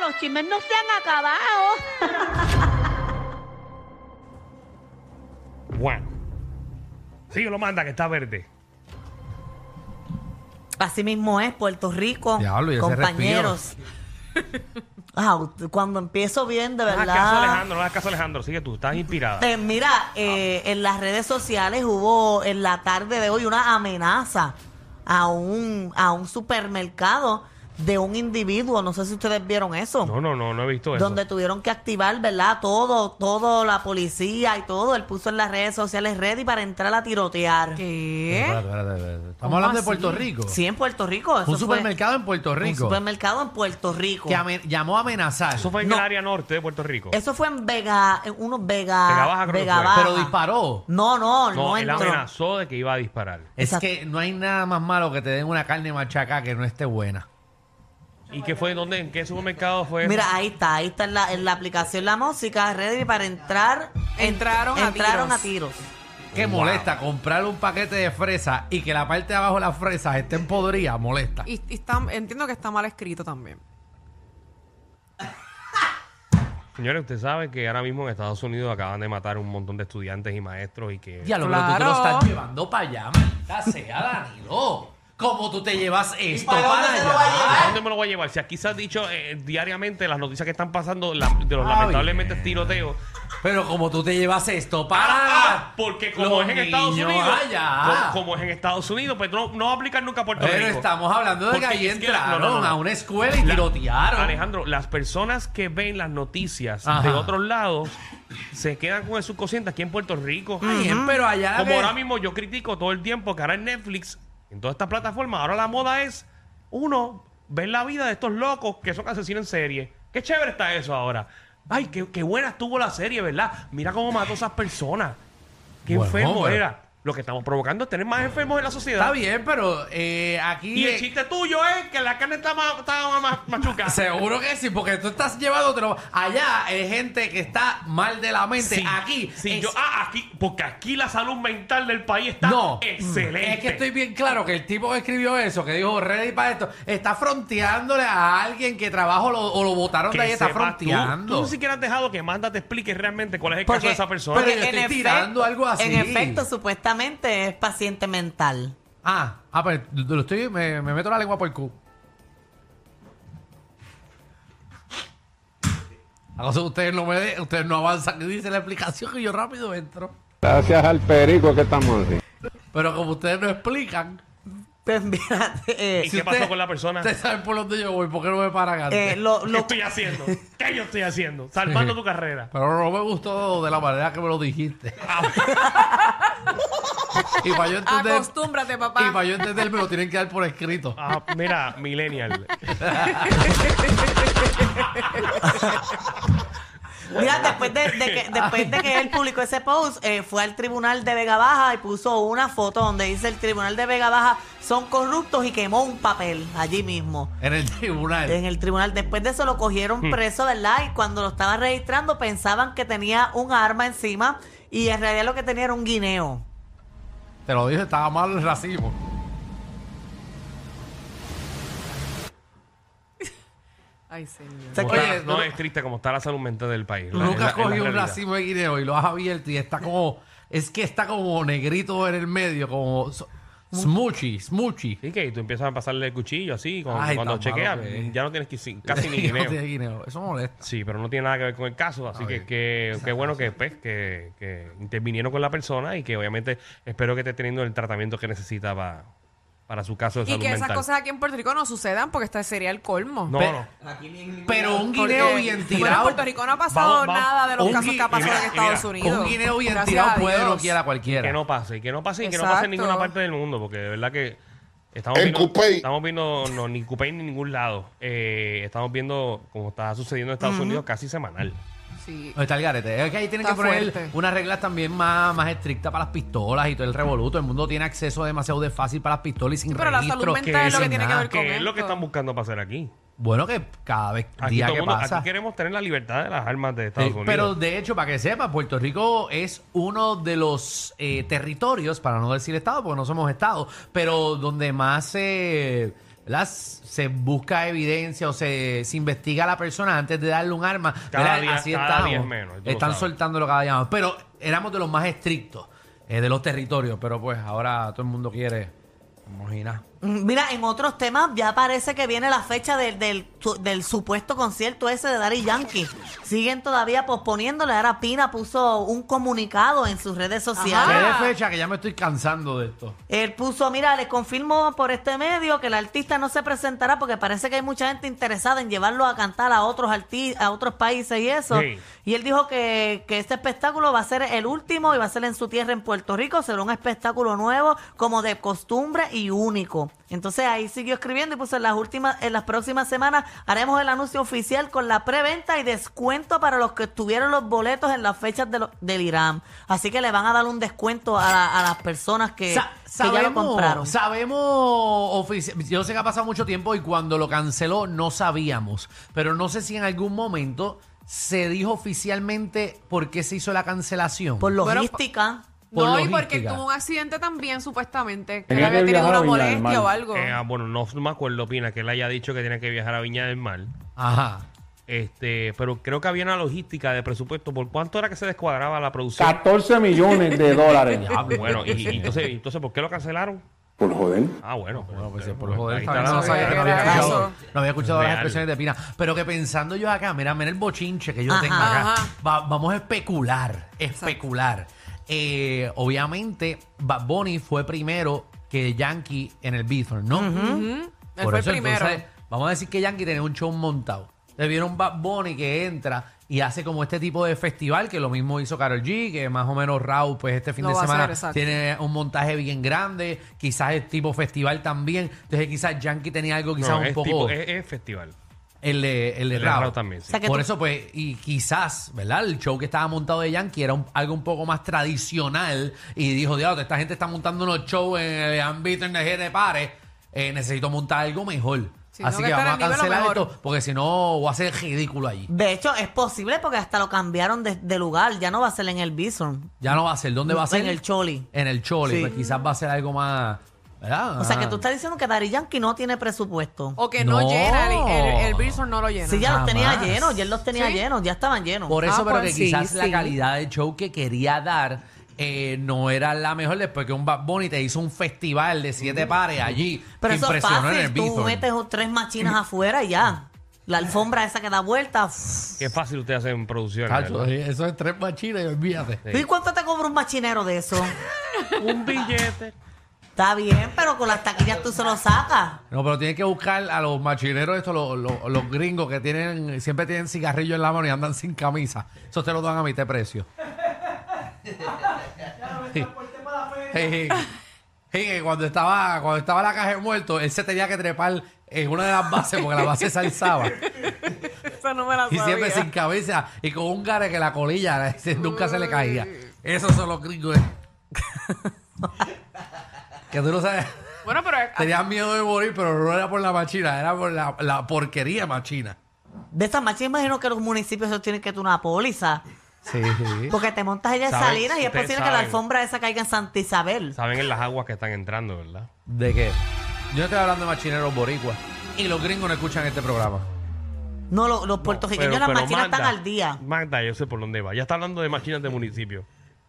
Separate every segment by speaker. Speaker 1: los chismes no se han acabado.
Speaker 2: Bueno. Sí, lo manda que está verde.
Speaker 1: Así mismo es, Puerto Rico,
Speaker 3: Diablo, y ese
Speaker 1: compañeros. Au, cuando empiezo bien, de
Speaker 2: No hagas caso a
Speaker 1: verdad.
Speaker 2: Alejandro, no hagas caso a Alejandro. Sigue tú, estás inspirada.
Speaker 1: Eh, mira, eh, en las redes sociales hubo en la tarde de hoy una amenaza a un, a un supermercado de un individuo. No sé si ustedes vieron eso.
Speaker 2: No, no, no, no he visto eso.
Speaker 1: donde tuvieron que activar, ¿verdad? Todo, todo, la policía y todo. Él puso en las redes sociales ready para entrar a tirotear.
Speaker 3: Espérate,
Speaker 4: ¿Qué?
Speaker 3: espérate, espérate. Estamos
Speaker 4: ¿Cómo
Speaker 3: hablando de
Speaker 4: así?
Speaker 3: Puerto Rico.
Speaker 1: Sí, en Puerto Rico. eso
Speaker 3: un supermercado en Puerto
Speaker 1: fue- Un
Speaker 3: Rico
Speaker 1: supermercado en Puerto Rico.
Speaker 3: que amen- llamó a amenazar,
Speaker 2: Eso fue en
Speaker 1: No.
Speaker 2: el área norte de Puerto Rico.
Speaker 1: Eso fue en Vega, en unos Vega.
Speaker 2: Vega Baja creo que fue.
Speaker 3: pero
Speaker 1: Baja.
Speaker 3: disparó.
Speaker 1: No, no, no,
Speaker 2: no, él
Speaker 1: entró.
Speaker 2: amenazó de que iba a disparar.
Speaker 3: Es
Speaker 1: Exacto.
Speaker 3: que no hay nada más malo que te den una carne machacá que no esté buena.
Speaker 2: ¿Y qué fue? ¿Dónde? ¿En qué supermercado fue? eso?
Speaker 1: Mira, ah. ahí está, ahí está en la, en la aplicación la música, ready para entrar. en-
Speaker 4: Entraron a
Speaker 1: entraron
Speaker 4: tiros.
Speaker 1: a tiros.
Speaker 3: Que
Speaker 2: Wow.
Speaker 3: molesta comprar un paquete de fresas y que la parte de abajo de las fresas estén podridas, molesta.
Speaker 4: Y, y está- entiendo que está mal escrito también.
Speaker 2: Señores, usted sabe que ahora mismo en Estados Unidos acaban de matar un montón de estudiantes y maestros y que...
Speaker 3: Diablo, pero tú te lo
Speaker 4: Claro.
Speaker 3: estás llevando para allá, maldita sea, Danilo. ¿Cómo tú te llevas esto para, allá?
Speaker 2: ¿A dónde me lo voy a llevar? Si aquí se ha dicho eh, diariamente las noticias que están pasando la- de los
Speaker 3: Ay,
Speaker 2: lamentablemente
Speaker 3: mierda.
Speaker 2: tiroteos.
Speaker 3: Pero como tú te llevas esto para
Speaker 2: Ah, porque como
Speaker 3: los
Speaker 2: es en Estados
Speaker 3: niños
Speaker 2: Unidos,
Speaker 3: allá.
Speaker 2: como, como es en Estados Unidos, pues no, no va a aplicar nunca a Puerto
Speaker 3: Pero
Speaker 2: Rico.
Speaker 3: estamos hablando de que
Speaker 2: Porque
Speaker 3: ahí
Speaker 2: es que la-
Speaker 3: entraron
Speaker 2: no, no, no, no.
Speaker 3: a una escuela y
Speaker 2: La-
Speaker 3: tirotearon.
Speaker 2: Alejandro, las personas que ven las noticias
Speaker 3: Ajá.
Speaker 2: de otros lados se quedan con el subconsciente aquí en Puerto Rico.
Speaker 3: Está bien, pero allá la
Speaker 2: Como
Speaker 3: que-
Speaker 2: ahora mismo yo critico todo el tiempo que ahora en Netflix, en todas estas plataformas, ahora la moda es uno ver la vida de estos locos que son asesinos en serie. Qué chévere está eso ahora. Ay, qué, qué buena estuvo la serie, ¿verdad? Mira cómo mató a esas personas. Qué
Speaker 3: Bueno,
Speaker 2: enfermo
Speaker 3: pero-
Speaker 2: era. Lo que estamos provocando es tener más enfermos en la sociedad.
Speaker 3: Está bien, pero eh, aquí
Speaker 2: Y el chiste tuyo es que la carne está más, está más machucada.
Speaker 3: Seguro que sí, porque tú estás llevándotelo. Allá hay gente que está mal de la mente.
Speaker 2: Sí,
Speaker 3: aquí.
Speaker 2: sí,
Speaker 3: es-
Speaker 2: yo, ah, aquí, porque aquí la salud mental del país está
Speaker 3: no.
Speaker 2: excelente.
Speaker 3: Es que estoy bien claro que el tipo que escribió eso, que dijo ready para esto, está fronteándole a alguien que trabajo lo- o lo votaron
Speaker 2: Que
Speaker 3: de ahí, está
Speaker 2: sepas tú,
Speaker 3: fronteando.
Speaker 2: Tú ni siquiera has dejado que Manda te explique realmente cuál es el caso
Speaker 1: Porque-
Speaker 2: de esa persona.
Speaker 3: Pero yo estoy tirando algo así.
Speaker 1: En efecto, supuestamente es paciente mental.
Speaker 3: Ah, ah, pero lo estoy, me, me meto la lengua por el cu. Entonces, ustedes no me de- ustedes no avanzan y dicen la explicación y yo rápido entro.
Speaker 5: Gracias al perico que estamos así.
Speaker 3: Pero como ustedes no explican,
Speaker 1: Pues mira, eh,
Speaker 2: ¿Y qué pasó
Speaker 3: ustedes-
Speaker 2: con la persona?
Speaker 3: Ustedes saben por dónde yo voy, porque no me paran antes.
Speaker 1: eh, lo-
Speaker 2: ¿Qué
Speaker 1: lo-
Speaker 2: estoy haciendo? ¿Qué yo estoy haciendo? Salvando tu carrera.
Speaker 3: Pero no me gustó de la manera que me lo dijiste.
Speaker 2: Ah.
Speaker 3: y para yo entender,
Speaker 4: Acostúmbrate,
Speaker 3: y para
Speaker 4: papá.
Speaker 3: yo entender me lo tienen que dar por escrito.
Speaker 2: Ah, mira, Millennial.
Speaker 1: mira, después de, de que, después de que él publicó ese post, eh, fue al tribunal de Vega Baja y puso una foto donde dice el tribunal de Vega Baja son corruptos y quemó un papel allí mismo.
Speaker 3: En el tribunal.
Speaker 1: En el tribunal, después de eso lo cogieron preso, ¿verdad? Y cuando lo estaban registrando pensaban que tenía un arma encima y en realidad lo que tenía era un guineo.
Speaker 3: Te lo dije, estaba mal el racismo.
Speaker 4: Ay, señor.
Speaker 1: sea,
Speaker 2: Como
Speaker 3: que-
Speaker 2: está-
Speaker 3: Oye,
Speaker 2: no
Speaker 3: no-
Speaker 2: es triste como está la salud mental del país.
Speaker 3: Tú
Speaker 2: La- es la-
Speaker 3: nunca has
Speaker 2: es la
Speaker 3: cogido un
Speaker 2: realidad.
Speaker 3: racimo de guineo y lo has abierto y está como. Es que está como negrito en el medio, como. so- Smoochy, smoochy.
Speaker 2: Sí, que y tú empiezas a pasarle el cuchillo así, con-
Speaker 3: Ay,
Speaker 2: cuando
Speaker 3: tan
Speaker 2: chequeas,
Speaker 3: malo que es.
Speaker 2: ya no tienes que, sí, casi ni
Speaker 3: No
Speaker 2: dinero.
Speaker 3: tiene guineo. Eso molesta.
Speaker 2: Sí, pero no tiene nada que ver con el caso, así que
Speaker 3: bien.
Speaker 2: que- qué bueno que, pues, que, que intervinieron con la persona y que obviamente espero que esté teniendo el tratamiento que necesita pa- para su caso de
Speaker 4: Y
Speaker 2: salud
Speaker 4: que esas
Speaker 2: mental.
Speaker 4: cosas aquí en Puerto Rico no sucedan porque este sería el colmo.
Speaker 2: No,
Speaker 3: Pe-
Speaker 2: no.
Speaker 3: Pero un
Speaker 4: Porque-
Speaker 3: guineo bien
Speaker 4: Bueno, en
Speaker 3: tirado.
Speaker 4: Puerto Rico no ha pasado
Speaker 2: Vamos, vamos.
Speaker 4: nada de los
Speaker 3: Un
Speaker 4: casos que
Speaker 3: gui-
Speaker 4: ha pasado
Speaker 2: mira,
Speaker 4: en Estados
Speaker 2: mira,
Speaker 4: Unidos.
Speaker 3: Con un guineo bien
Speaker 4: Gracias a
Speaker 3: tirado puede
Speaker 4: Dios.
Speaker 3: bloquear a cualquiera.
Speaker 2: Que no pase, que no pase y que no
Speaker 4: Exacto.
Speaker 2: pase en ninguna parte del mundo, porque de verdad que estamos
Speaker 5: En
Speaker 2: viendo,
Speaker 5: Coupey.
Speaker 2: estamos viendo no, ni Coupé ni ningún lado. Eh, estamos viendo como está sucediendo en Estados Unidos casi semanal.
Speaker 4: Sí.
Speaker 3: No, Está el garete. Es que ahí tienen
Speaker 4: Está
Speaker 3: que poner
Speaker 4: fuerte.
Speaker 3: unas reglas también más, más estrictas para las pistolas y todo el revoluto. El mundo tiene acceso demasiado de fácil para las pistolas y sin
Speaker 4: Pero la salud
Speaker 3: registro.
Speaker 4: mental es lo que
Speaker 3: sin
Speaker 4: tiene que
Speaker 3: nada.
Speaker 4: ver con-
Speaker 2: Que es lo que
Speaker 4: Comento.
Speaker 2: están buscando para hacer aquí.
Speaker 3: Bueno, que cada vez
Speaker 2: Aquí,
Speaker 3: día
Speaker 2: todo el
Speaker 3: que
Speaker 2: mundo- aquí
Speaker 3: pasa.
Speaker 2: queremos tener la libertad de las armas de
Speaker 3: Sí,
Speaker 2: Estados Unidos.
Speaker 3: Eh, pero de hecho, para que sepa, Puerto Rico es uno de los eh, territorios, para no decir estado, porque no somos estado, pero donde más se ¿verdad? se busca evidencia o se, se investiga a la persona antes de darle un arma.
Speaker 2: Cada
Speaker 3: ¿verdad?
Speaker 2: día-
Speaker 3: Así
Speaker 2: cada
Speaker 3: estábamos.
Speaker 2: día es menos, tú lo
Speaker 3: Están
Speaker 2: sabes.
Speaker 3: soltándolo cada día más. Pero éramos de los más estrictos eh, de los territorios, pero pues ahora todo el mundo quiere. Imagina.
Speaker 1: Mm, Mira, en otros temas ya parece que viene la fecha del, del, su- del supuesto concierto ese de Daddy Yankee. Siguen todavía posponiéndole. Ahora Pina puso un comunicado en sus redes sociales.
Speaker 4: Ah.
Speaker 3: ¿Qué de fecha que ya me estoy cansando de esto?
Speaker 1: Él puso, mira, les confirmo por este medio que el artista no se presentará porque parece que hay mucha gente interesada en llevarlo a cantar a otros arti- a otros países y eso.
Speaker 2: Sí.
Speaker 1: Y él dijo que, que este espectáculo va a ser el último y va a ser en su tierra en Puerto Rico. Será un espectáculo nuevo, como de costumbre y único. Entonces ahí siguió escribiendo y puso en las últimas, en las próximas semanas haremos el anuncio oficial con la preventa y descuento para los que tuvieron los boletos en las fechas de lo- del Irán. Así que le van a dar un descuento a, la- a las personas que,
Speaker 3: Sa-
Speaker 1: que ya lo compraron.
Speaker 3: Sabemos, ofici- yo sé que ha pasado mucho tiempo y cuando lo canceló no sabíamos, pero no sé si en algún momento se dijo oficialmente por qué se hizo la cancelación.
Speaker 1: Por
Speaker 4: Bueno,
Speaker 1: logística.
Speaker 3: Por
Speaker 4: no, y
Speaker 3: logística.
Speaker 4: porque tuvo un accidente también, supuestamente. Que él
Speaker 5: Tenía
Speaker 4: había
Speaker 5: que
Speaker 4: tenido
Speaker 5: viajar
Speaker 4: una
Speaker 5: a Viña del
Speaker 4: molestia
Speaker 5: Mar.
Speaker 4: o algo.
Speaker 2: Eh, ah, bueno, no, no me acuerdo, Pina, que él haya dicho que tiene que viajar a Viña del Mar.
Speaker 3: Ajá.
Speaker 2: Este, pero creo que había una logística de presupuesto. ¿Por cuánto era que se descuadraba la producción?
Speaker 5: 14 millones de dólares.
Speaker 2: Ah, bueno, y, y entonces, entonces, ¿por qué lo cancelaron?
Speaker 5: Por joder.
Speaker 2: Ah, bueno.
Speaker 3: Bueno, pues,
Speaker 2: pero-
Speaker 3: por joder,
Speaker 2: ahí
Speaker 3: está
Speaker 2: está
Speaker 3: bien,
Speaker 2: la-
Speaker 3: no, sabía, no había
Speaker 4: era
Speaker 3: escuchado,
Speaker 4: eso.
Speaker 3: no había escuchado las
Speaker 2: Real.
Speaker 3: expresiones de Pina. Pero que pensando yo acá, mira, mira el bochinche que yo
Speaker 1: Ajá.
Speaker 3: tengo acá.
Speaker 4: Ajá.
Speaker 3: Va- vamos a especular, especular. Eh, obviamente, Bad Bunny fue primero que Yankee en el Bithorn, ¿no?
Speaker 4: Él fue el primero.
Speaker 3: vamos a decir que Yankee tenía un show montado. Le vieron Bad Bunny que entra y hace como este tipo de festival, que lo mismo hizo Carol G, que más o menos Raúl, pues este fin
Speaker 4: Lo
Speaker 3: de
Speaker 4: va a
Speaker 3: semana
Speaker 4: hacer, exacto.
Speaker 3: tiene un montaje bien grande, quizás es tipo festival también. Entonces quizás Yankee tenía algo
Speaker 2: No,
Speaker 3: quizás un
Speaker 2: es
Speaker 3: poco...
Speaker 2: tipo- es- es festival.
Speaker 3: El de, el de
Speaker 2: El de
Speaker 3: Rao.
Speaker 2: Rao también, sí.
Speaker 1: O sea que
Speaker 3: Por
Speaker 1: tú-
Speaker 3: eso, pues, y quizás, ¿verdad? El show que estaba montado de Yankee era un- algo un poco más tradicional y dijo, diablo, esta gente está montando unos shows en el ámbito energía de pares, eh, necesito montar algo mejor.
Speaker 4: Sí,
Speaker 3: Así
Speaker 4: tengo
Speaker 3: que
Speaker 4: que estar
Speaker 3: vamos a
Speaker 4: al nivel o
Speaker 3: cancelar
Speaker 4: mejor.
Speaker 3: esto porque si no va a ser ridículo allí.
Speaker 1: De hecho, es posible porque hasta lo cambiaron de, de lugar. Ya no va a ser en el Bison.
Speaker 3: Ya no va a ser. ¿Dónde va a ser?
Speaker 1: En el Choli.
Speaker 3: En el Choli.
Speaker 1: Sí.
Speaker 3: Pues quizás va a ser algo más, ¿verdad?
Speaker 1: O sea que tú
Speaker 3: Ajá.
Speaker 1: estás diciendo que Daddy Yankee no tiene presupuesto.
Speaker 4: O que no,
Speaker 3: No.
Speaker 4: llena, el, el, el Billboard no lo llena.
Speaker 1: Sí, ya los tenía
Speaker 3: jamás.
Speaker 1: llenos, ya los tenía
Speaker 4: Sí.
Speaker 1: llenos, ya estaban llenos.
Speaker 3: Por eso,
Speaker 4: Ah,
Speaker 3: pero
Speaker 4: pues,
Speaker 3: que
Speaker 4: sí,
Speaker 3: quizás la
Speaker 4: sí.
Speaker 3: calidad del show que quería dar eh, no era la mejor después que un Bad Bunny te hizo un festival de siete pares allí.
Speaker 1: Pero
Speaker 3: que
Speaker 1: eso es
Speaker 3: impresionó en el
Speaker 1: fácil, tú
Speaker 3: Bithorn.
Speaker 1: metes o- tres machinas afuera y ya. La alfombra esa que da vueltas.
Speaker 2: Qué fácil usted hace en producciones.
Speaker 3: Cacho,
Speaker 2: ¿verdad?
Speaker 3: sí, eso es tres machinas y olvídate.
Speaker 2: Sí.
Speaker 1: ¿Y cuánto te cobra un machinero de eso?
Speaker 2: Un billete.
Speaker 1: Está bien, pero con las taquillas tú se lo sacas.
Speaker 3: No, pero tienes que buscar a los machineros estos, los, los- los gringos que tienen, siempre tienen cigarrillo en la mano y andan sin camisa. Eso te lo dan a mitad de precio. Sí. Sí, sí. Sí, que cuando estaba, cuando estaba la caja de muertos, él se tenía que trepar en una de las bases porque la base se alzaba.
Speaker 4: Esa no me la
Speaker 3: Y siempre
Speaker 4: sabía.
Speaker 3: sin cabeza y con un gare que la colilla eh, nunca se le caía. Esos son los gringos. eh. que tú no sabes.
Speaker 4: Bueno, pero eh,
Speaker 3: Tenían miedo de morir, pero no era por la machina, era por la, la porquería machina.
Speaker 1: De esas machinas imagino que los municipios eso tienen que tener una póliza.
Speaker 3: Sí, sí.
Speaker 1: Porque te montas allá en
Speaker 2: Saben,
Speaker 1: Salinas y es
Speaker 2: ustedes
Speaker 1: posible que la
Speaker 2: saben.
Speaker 1: alfombra esa caiga en Santa Isabel.
Speaker 2: Saben en las aguas que están entrando, ¿verdad?
Speaker 3: ¿De qué? Yo no estoy hablando de machineros boricuas. Y los gringos no escuchan este programa.
Speaker 1: No, lo- los puertorriqueños
Speaker 2: Pero-
Speaker 1: las
Speaker 2: pero
Speaker 1: máquinas están
Speaker 2: Magda,
Speaker 1: al día.
Speaker 2: Magda, yo sé por dónde va. Ya está hablando de máquinas de municipio.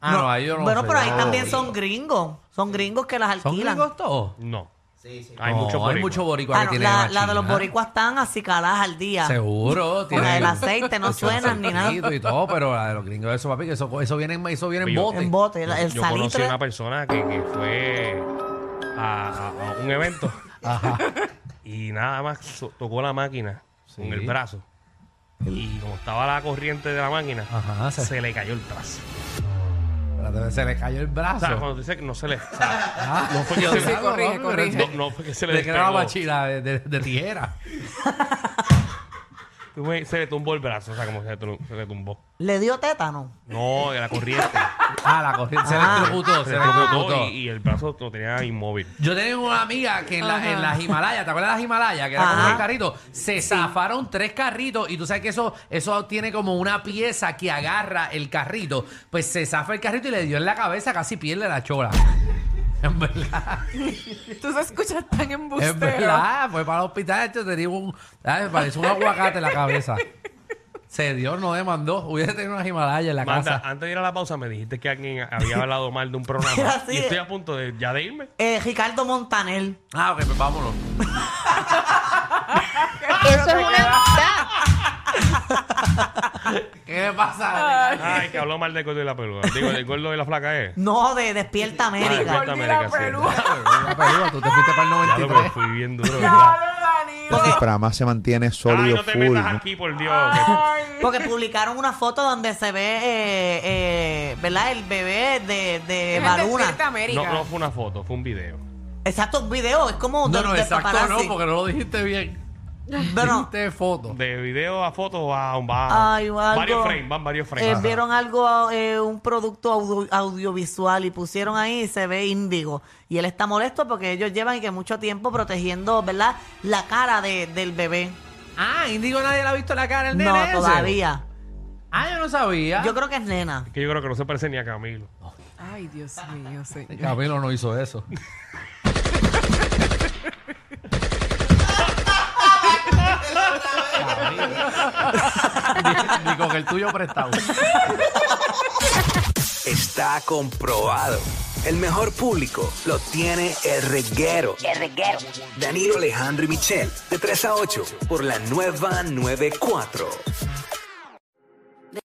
Speaker 3: Ah, no, ahí yo no
Speaker 1: bueno,
Speaker 3: sé,
Speaker 1: pero
Speaker 3: yo
Speaker 1: ahí
Speaker 3: no
Speaker 1: también
Speaker 3: lo
Speaker 1: son
Speaker 3: digo.
Speaker 1: gringos. Son gringos que las
Speaker 3: ¿Son
Speaker 1: alquilan.
Speaker 3: gringos todos?
Speaker 2: No.
Speaker 3: No, Hay muchos boricuas
Speaker 1: Ah,
Speaker 3: que
Speaker 1: no,
Speaker 3: tienen
Speaker 1: la, la de los
Speaker 3: machina.
Speaker 1: boricuas están acicaladas al día.
Speaker 3: Seguro,
Speaker 1: Con la
Speaker 3: tiene
Speaker 1: del aceite, no
Speaker 3: Eso,
Speaker 1: suenan ni nada.
Speaker 3: aceitito Y todo, pero la de los gringos, eso, papi, que eso, eso viene en, eso viene en
Speaker 2: Yo-
Speaker 3: bote.
Speaker 1: En bote, el,
Speaker 2: Yo-
Speaker 1: el
Speaker 2: yo conocí
Speaker 1: salitre.
Speaker 2: a una persona que, que fue a, a- a un evento
Speaker 3: Ajá.
Speaker 2: y nada más so- tocó la máquina con
Speaker 3: Sí.
Speaker 2: el brazo. Y como estaba la corriente de la máquina,
Speaker 3: Ajá, se-
Speaker 2: se, le cayó el brazo.
Speaker 3: Espérate, se le cayó el
Speaker 2: O sea,
Speaker 3: brazo.
Speaker 2: cuando dice que no se le. o sea,
Speaker 3: Ah, no fue
Speaker 2: que se-
Speaker 4: corrige, corrige.
Speaker 2: no, no fue que se le
Speaker 3: Le
Speaker 2: despegó.
Speaker 3: quedaba machila de, de- de tijera.
Speaker 2: Fue- Se le tumbó el brazo, o sea, como se, tru- se le tumbó.
Speaker 1: Le dio tétano.
Speaker 2: No, de la corriente.
Speaker 3: Ah, la corriente. Se le
Speaker 1: Ah.
Speaker 3: electrocutó, se
Speaker 2: Se
Speaker 3: le
Speaker 2: le tumbó
Speaker 3: electrocutó.
Speaker 2: y, y el brazo lo tenía inmóvil.
Speaker 3: Yo tenía una amiga que en, la,
Speaker 4: Ajá.
Speaker 3: en las Himalayas, ¿te acuerdas de las Himalayas? Que era
Speaker 1: Ajá.
Speaker 3: como un carrito. Se zafaron tres carritos y tú sabes que eso, eso tiene como una pieza que agarra el carrito. Pues se zafa el carrito y le dio en la cabeza, casi pierde la chola. En verdad.
Speaker 4: Tú se escuchas tan embustero.
Speaker 3: En verdad. Fue para el hospital. Yo tenía un. ay, Me parece un aguacate en la cabeza. Se dio, no demandó. Hubiese tenido una Himalaya en la
Speaker 2: Manda,
Speaker 3: casa.
Speaker 2: antes de ir a la pausa me dijiste que alguien había hablado mal de un programa.
Speaker 1: Así
Speaker 2: y
Speaker 1: es.
Speaker 2: estoy a punto de ya de irme.
Speaker 1: Eh, Ricardo Montanel.
Speaker 3: Ah, ok, pues vámonos.
Speaker 6: Eso es una amistad.
Speaker 3: ¿Qué le pasa?
Speaker 2: Ay, que habló mal de gordo y la peluda. Digo, el gordo y la flaca es.
Speaker 1: No, de Despierta América.
Speaker 2: Despierta.
Speaker 4: Volví
Speaker 2: América,
Speaker 4: la
Speaker 2: sí.
Speaker 4: peluca.
Speaker 3: Una pelúa, Tú te fuiste para el
Speaker 2: Ya lo me
Speaker 3: 93.
Speaker 2: fui bien duro. ¿verdad?
Speaker 4: Claro, Danilo.
Speaker 1: Porque,
Speaker 7: Pero además Este se mantiene
Speaker 2: Ay,
Speaker 7: sólido,
Speaker 2: no te
Speaker 7: full.
Speaker 2: metas
Speaker 7: ¿no?
Speaker 2: aquí, por Dios.
Speaker 4: Ay.
Speaker 1: porque publicaron una foto donde se ve, eh, eh, ¿verdad? El bebé de, de
Speaker 4: Es el
Speaker 1: Baluna.
Speaker 4: Despierta América.
Speaker 2: No, no fue una foto, fue un video.
Speaker 1: Exacto, un video. Es como
Speaker 3: No,
Speaker 1: de,
Speaker 3: no,
Speaker 1: de
Speaker 3: exacto,
Speaker 1: paparazzi.
Speaker 3: no, porque no lo dijiste bien.
Speaker 1: Bueno.
Speaker 3: dijiste foto.
Speaker 2: De video a foto va, va.
Speaker 1: Ay, algo-
Speaker 2: varios frames, van varios frames.
Speaker 1: Eh, vieron algo, eh, un producto audio- audiovisual y pusieron ahí y se ve índigo. Y él está molesto porque ellos llevan y que mucho tiempo protegiendo, ¿verdad? La cara de- del bebé.
Speaker 3: Ah, Indigo nadie le ha visto la cara el
Speaker 1: No,
Speaker 3: nene ese.
Speaker 1: todavía.
Speaker 3: Ah, yo no sabía.
Speaker 1: Yo creo que es nena.
Speaker 2: Que yo creo que no se parece ni a Camilo.
Speaker 4: Ay, Dios mío, señor.
Speaker 3: Este Camilo no hizo eso. Ni- Ni con el tuyo prestado.
Speaker 8: Está comprobado. El mejor público lo tiene el reguero. El reguero. Danilo Alejandro y Michel, de 3 a 8, por la nueva 94.